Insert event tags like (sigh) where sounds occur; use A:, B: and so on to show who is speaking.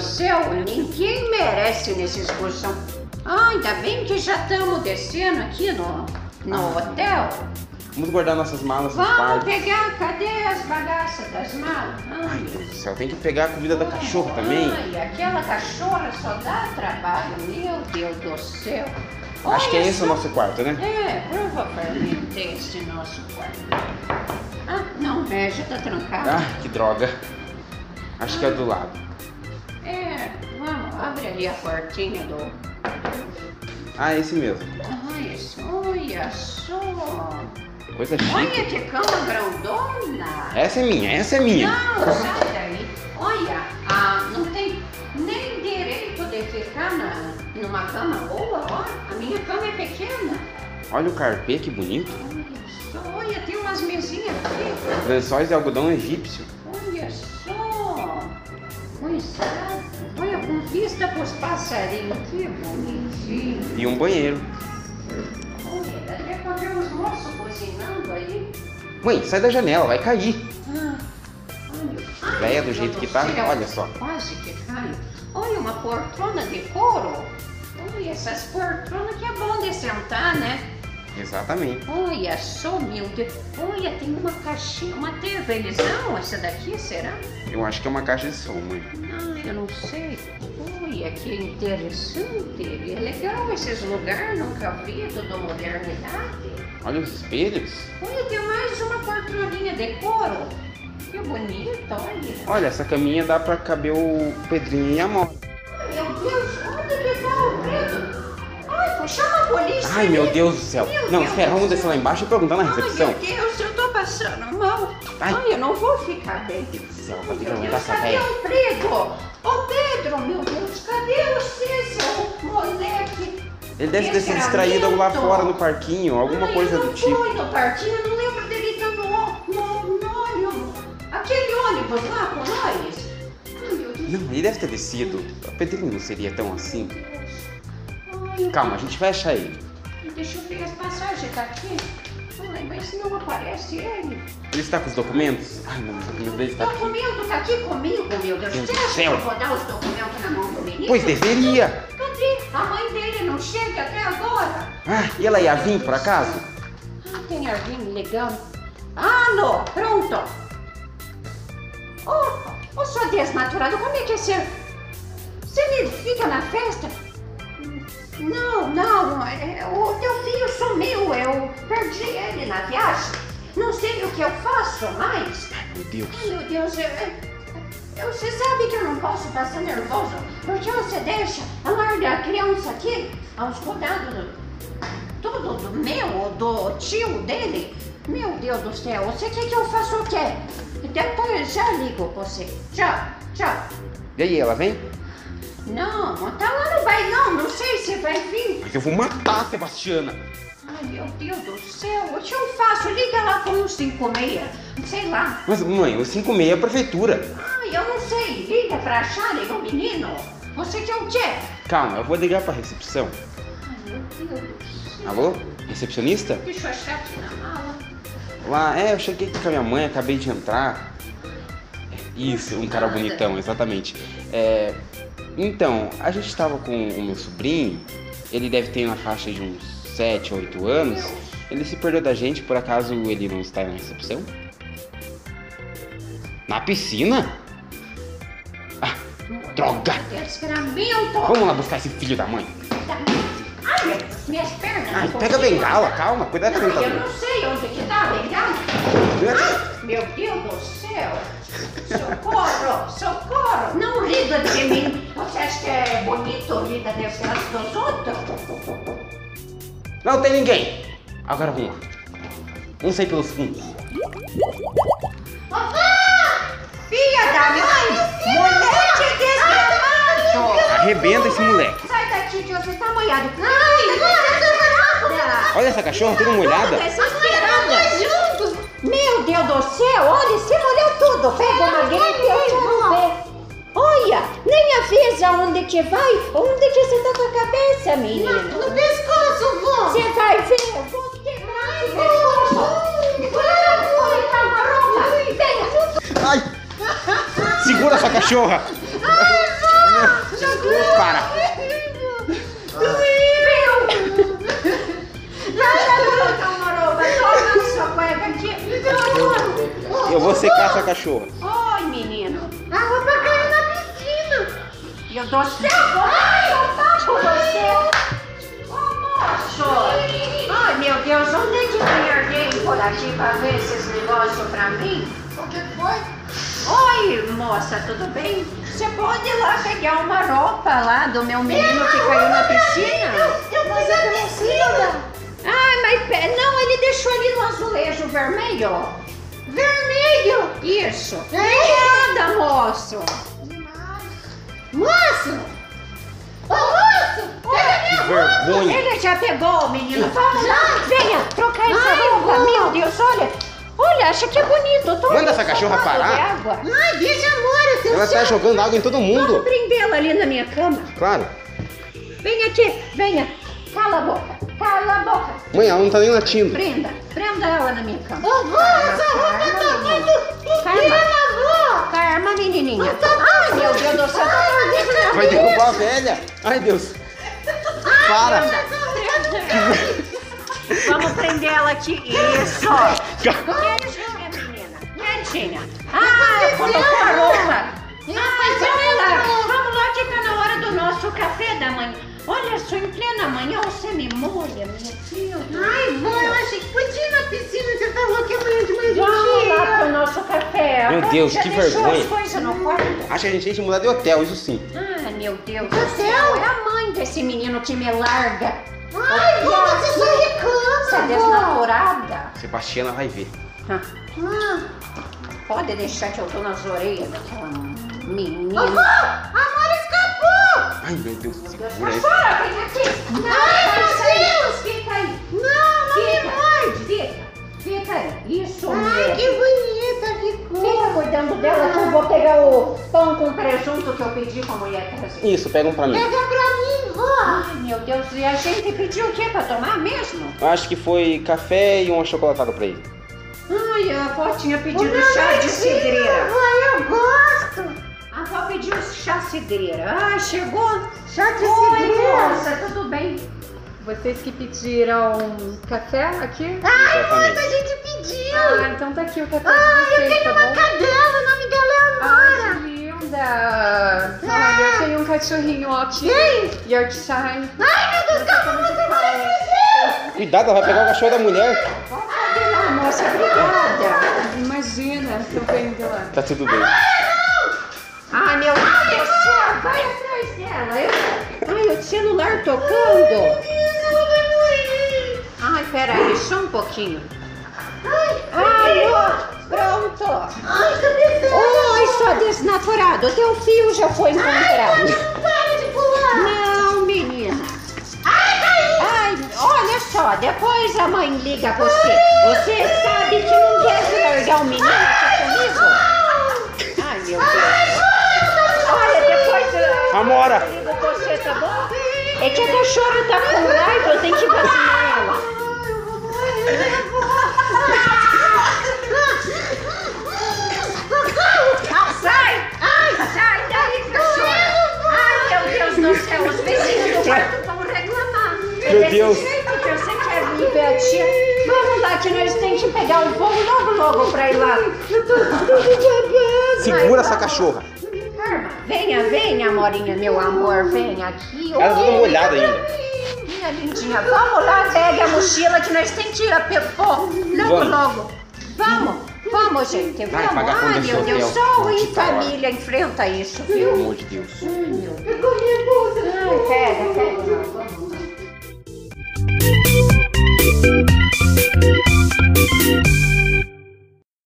A: céu, ninguém merece nessa excursão. Ah, ainda bem que já estamos descendo aqui no,
B: Ah,
A: no hotel.
B: Vamos guardar nossas malas no
A: Vamos
B: quarto.
A: pegar, cadê as bagaças das malas? Ai,
B: Ai, meu Deus do céu, tem que pegar a comida da cachorra também.
A: Ai, aquela cachorra só dá trabalho, meu Deus do céu.
B: Acho que é
A: Olha
B: esse o nosso quarto, né?
A: É, provavelmente é esse nosso quarto. Ah, não, é, já tá trancado.
B: Ah, que droga. Acho que é do lado.
A: É, vamos, abre ali a portinha do.
B: Ah, esse mesmo.
A: Ai, olha só.
B: Coisa chique.
A: Olha que cama grandona.
B: Essa é minha, essa é minha.
A: Não, sai daí. Olha, ah, não tem nem direito de ficar na, numa cama boa, ó. A minha cama é pequena.
B: Olha o carpê, que bonito.
A: Olha só, olha, tem umas mesinhas aqui.
B: Lençóis de algodão egípcio.
A: Olha só! Pois é. Olha, com vista pros passarinhos, que bonitinho.
B: E um banheiro.
A: Olha, dá até pra ver os moços cozinhando aí.
B: Mãe, sai da janela, vai cair.
A: Ah, olha.
B: Véia,
A: Ai,
B: do jeito que
A: meu
B: tá,
A: Deus do céu,
B: olha só.
A: Quase que cai. Olha, uma poltrona de couro. Olha, essas poltronas que é bom de sentar, né?
B: Exatamente.
A: Olha só, meu Deus. Olha, tem uma caixinha, uma televisão, essa daqui, será?
B: Eu acho que é uma caixa de som, mãe.
A: Ah, eu não sei. Olha, que interessante. É legal esses lugares, nunca vi, é tudo modernidade.
B: Olha os espelhos.
A: Olha, tem mais uma poltroninha de couro. Que bonita, olha.
B: Olha, essa caminha dá pra caber o Pedrinho e a Mora.
A: Ai, Meu Deus, olha que carro preto. Ai, pô, chama a polícia.
B: Ai, meu Deus do céu.
A: Meu
B: Não,
A: Deus
B: espera,
A: do
B: vamos
A: céu.
B: descer lá embaixo e perguntar na
A: Ai,
B: recepção.
A: meu Deus, eu tô passando mal.
B: Ai.
A: Ai, eu não vou ficar bem.
B: Meu Deus do céu, vou ter que
A: Meu
B: perguntar
A: Deus,
B: essa
A: cadê
B: velha.
A: o Pedro? Ô Pedro, meu Deus, cadê você, seu moleque?
B: Ele deve ter se distraído lá fora no parquinho, alguma
A: Ai,
B: coisa
A: eu
B: do
A: não
B: tipo.
A: fui no parquinho, eu não lembro dele estar no, ó- no, no ônibus. Aquele ônibus lá com nós. Ai, meu Deus.
B: Não, ele deve ter descido. O Pedrinho não seria tão assim.
A: Ai, eu-
B: Calma, a gente vai achar ele.
A: Deixa eu ver as passagens, tá aqui? Ai, mas não aparece ele.
B: Ele está com os documentos? Ai, não, meu Deus, está aqui.
A: Documento tá aqui comigo, meu Deus.
B: Deus
A: Você
B: do
A: acha que
B: céu.
A: eu vou dar os documentos na mão do menino?
B: Pois deveria.
A: Cadê? A mãe dele não chega até agora.
B: Ah, e ela ia vir, por acaso?
A: Ah, tem alguém ligando. Alô, pronto. Ô, oh, oh, sua desnaturada, como é que é seu... Você me fica na festa? Não, não, é, o teu filho sumiu, eu perdi ele na viagem. Não sei o que eu faço mais.
B: Meu Deus.
A: Ai, Meu Deus, eu, eu- você sabe que eu não posso passar nervoso, porque você deixa a larga a criança aqui aos cuidados do- tudo do meu, ou do tio dele. Meu Deus do céu, você quer que eu faça o quê? Depois já ligo pra você. Tchau, tchau.
B: E aí, ela vem?
A: Não, tá lá no bailão, não sei se vai vir.
B: Mas eu vou matar a Sebastiana.
A: Ai, meu Deus do céu, o que eu faço? Liga lá com um 56, sei lá.
B: Mas, mãe, o 56 é a prefeitura.
A: Ai, eu não sei, liga pra acharem o menino. Você quer o quê?
B: Calma, eu vou ligar pra recepção.
A: Ai, meu Deus do céu.
B: Alô? Recepcionista?
A: Deixa eu achar aqui na mala.
B: Lá, é, eu cheguei aqui com a minha mãe, acabei de entrar. Isso, um cara bonitão, exatamente. É, então, a gente tava com o meu sobrinho, ele deve ter na faixa de uns 7 ou 8 anos. Ele se perdeu da gente, por acaso ele não está na recepção? Na piscina? Ah, Droga!
A: Desgramento!
B: Vamos lá buscar esse filho da mãe.
A: Ai, minhas pernas.
B: Ai, pega a bengala, calma, cuidado com a
A: Ai, eu
B: dentadura.
A: não sei onde que tá a bengala. Meu Deus do céu! Socorro! Socorro! Não rida de mim! Você acha que é bonito rir da desgraça dos outros?
B: Não tem ninguém! Agora vamos lá. Vamos sair pelos fundos.
A: Filha da mãe! Moleque desgramado!
B: Arrebenta esse moleque.
A: Sai daqui, Deus, você tá molhado. Ai, agora
B: Olha essa cachorra toda molhada.
A: eu tô molhado. Meu Deus do céu, olha, você molhou tudo. Pega uma gripe, eu te ver. Olha, nem avisa onde que vai, onde que você tá com a cabeça, menina. No pescoço, vó. Você vai ver, eu vou quebrar esse pescoço. Vou colocar uma roupa. Venha.
B: Ai! Segura essa cachorra! Ô, para!
A: Doeu! Nada não, Moroba. Toma sua cueca aqui. Doeu.
B: Eu vou secar essa cachorra.
A: Oi, menino.
C: A roupa caiu na piscina.
A: Eu dou céu. Ai, eu faço você. Ô, moço. Ai, meu Deus. Onde é que tem alguém por aqui pra ver esses negócios pra mim?
C: O que foi?
A: Oi, moça. Tudo bem? Você pode ir lá pegar uma roupa lá do meu menino que caiu na piscina? tá
C: Eu pus na piscina.
A: Ai, mas pera, não, ele deixou ali no azulejo vermelho. Vermelho! Isso! Obrigada, moço!
C: Moço! Ô, moço! Pega
B: Que
C: minha roupa.
B: vergonha!
A: Ele já pegou, menino. Vamos lá,
C: Já?
A: venha trocar essa
C: Ai,
A: roupa.
C: vó.
A: Meu Deus, olha. Olha, acha que é bonito. Eu tô
B: Manda essa
A: com
B: cachorra
A: sapato
B: parar.
A: de água.
C: Ai, deixa amor, seu
B: Ela tá
C: chato.
B: jogando água em todo
A: Vamos
B: mundo.
A: prendê-la ali na minha cama.
B: Claro.
A: Venha aqui, venha. Cala a boca, cala a boca.
B: Mãe, ela não tá nem latindo.
A: Prenda, prenda ela na minha cama.
C: Ô, vó, essa roupa tá muito pequena, vó.
A: Carma, menininha.
C: Mas tá
A: Ai,
C: bom.
A: meu Deus do céu, tá perdendo minha
B: Vai derrubar a velha. Ai, Deus. Para.
C: tá
A: (laughs) Vamos prender ela aqui. Isso. Quietinha, menina. Quietinha. Ah, colocou a roupa. Ah, mas vamos lá. Vamos lá que tá na hora do nosso café da manhã. Olha só, em plena manhã você me molha, minha filha.
C: Ai, vó, eu achei que podia ir na piscina. Você falou que amanhã de manhã
A: Vamos lá
C: a
A: pro nosso café.
B: Meu
A: Agora
B: Deus,
A: já
B: que
A: deixou
B: vergonha.
A: as coisas no quarto?
B: Acho que a gente tem que mudar de hotel, isso sim.
A: Ah, meu Deus
C: Meu
A: do céu.
C: Deus.
A: É a mãe desse menino que me larga.
C: gente ia. Ai, vó, você só
A: Essa
C: reclama, vó.
A: desnaturada.
B: Sebastiana vai ver.
A: Ah.
C: Ah.
A: Pode deixar que eu tô nas orelhas daquela
C: Ô, vó,
A: menina.
C: a Mara escapou.
B: Ai, meu Deus, segura
A: Mas
B: essa.
A: fora, vem aqui! Não,
C: Ai,
A: vai
C: meu
A: sair.
C: Deus.
A: Fica aí!
C: Não, não me morde.
A: Fica! Fica aí! Isso
C: Ai, que
A: mesmo!
C: bonita ficou.
A: Fica cuidando dela que eu vou pegar o pão com presunto que eu pedi pra mulher trazer.
B: Isso, pega um pra mim.
C: Pega pra mim, vó.
A: Ai, meu Deus, e a gente pediu o que pra tomar mesmo?
B: Eu acho que foi café e uma chocolatada pra ele.
A: Ai, a avó tinha
C: O
D: um
A: pedido
C: meu
A: chá de
C: netinho,
A: cidreira.
C: Vó, é eu gosto.
A: A avó pediu um chá cidreira. Ah, chegou?
C: Chá de
A: Oi,
C: cidreira.
A: moça, tudo bem?
D: Vocês que pediram um café aqui?
C: Ai,
B: Exatamente.
C: quanto a gente pediu.
D: Ah, então tá aqui o café de
C: Ai, eu
D: vocês,
C: tenho
D: tá
C: uma
D: bom? Ah,
C: cadela, o nome dela é
D: Ai,
C: Amora.
D: que linda!
A: Ah.
D: Olha, eu tenho um cachorrinho ótimo. Yorkshire.
C: Ai, meu Deus, calma, você vai crescer.
B: Cuidado, ela vai pegar o cachorro da mulher.
A: Vamos fazer lá, moça, obrigada!
D: Imagina, seu bem de lá.
B: Tá tudo bem.
A: Ai, Ah, meu Deus do céu, vai atrás dela. Eu... Ai, o celular tocando.
C: Ela vai morrer.
A: Ai, peraí, só um pouquinho.
C: Ai,
A: Ai, ó, pronto.
C: ai, tá pesando.
A: Oi, só desnaturado, teu fio já foi encontrado.
C: Não para de pular.
A: Não, menina. Ai, olha só, depois a mãe liga pra você. Você sabe que um não deve largar o menino aqui comigo? Ai, meu Deus. Olha, depois... eu-
B: Amora!
A: ligo pra você, tá bom? É que a cachorra tá com raiva, eu tenho que vacinar ela.
C: Ai, eu vou morrer. eu vou
A: Sai! Ai, sai daí, cachorra! Ai, meu Deus do céu, os vizinhos
B: (laughs)
A: do quarto vão reclamar. É
B: Meu
A: desse
B: Deus.
A: jeito que você quer vir ver a tia. Vamos lá, que nós temos que pegar um voo logo, logo pra ir lá.
B: Segura essa cachorra.
A: Carma, venha, venha, amorinha, meu amor, venha aqui.
B: Ela tá toda
A: Oi,
B: molhada ainda.
A: Minha lindinha, vamos lá, pega a mochila que nós temos que ir a Pepó. Logo,
B: Vamos.
A: logo. Vamos, vamos, gente,
B: Vai
A: vamos.
B: pagar conta
A: Ai,
B: desse
A: meu Deus,
B: hotel.
A: só o
B: Não te fala.
A: família enfrenta isso,
B: Pelo
A: viu?
B: amor de Deus.
C: Eu corri a bolsa,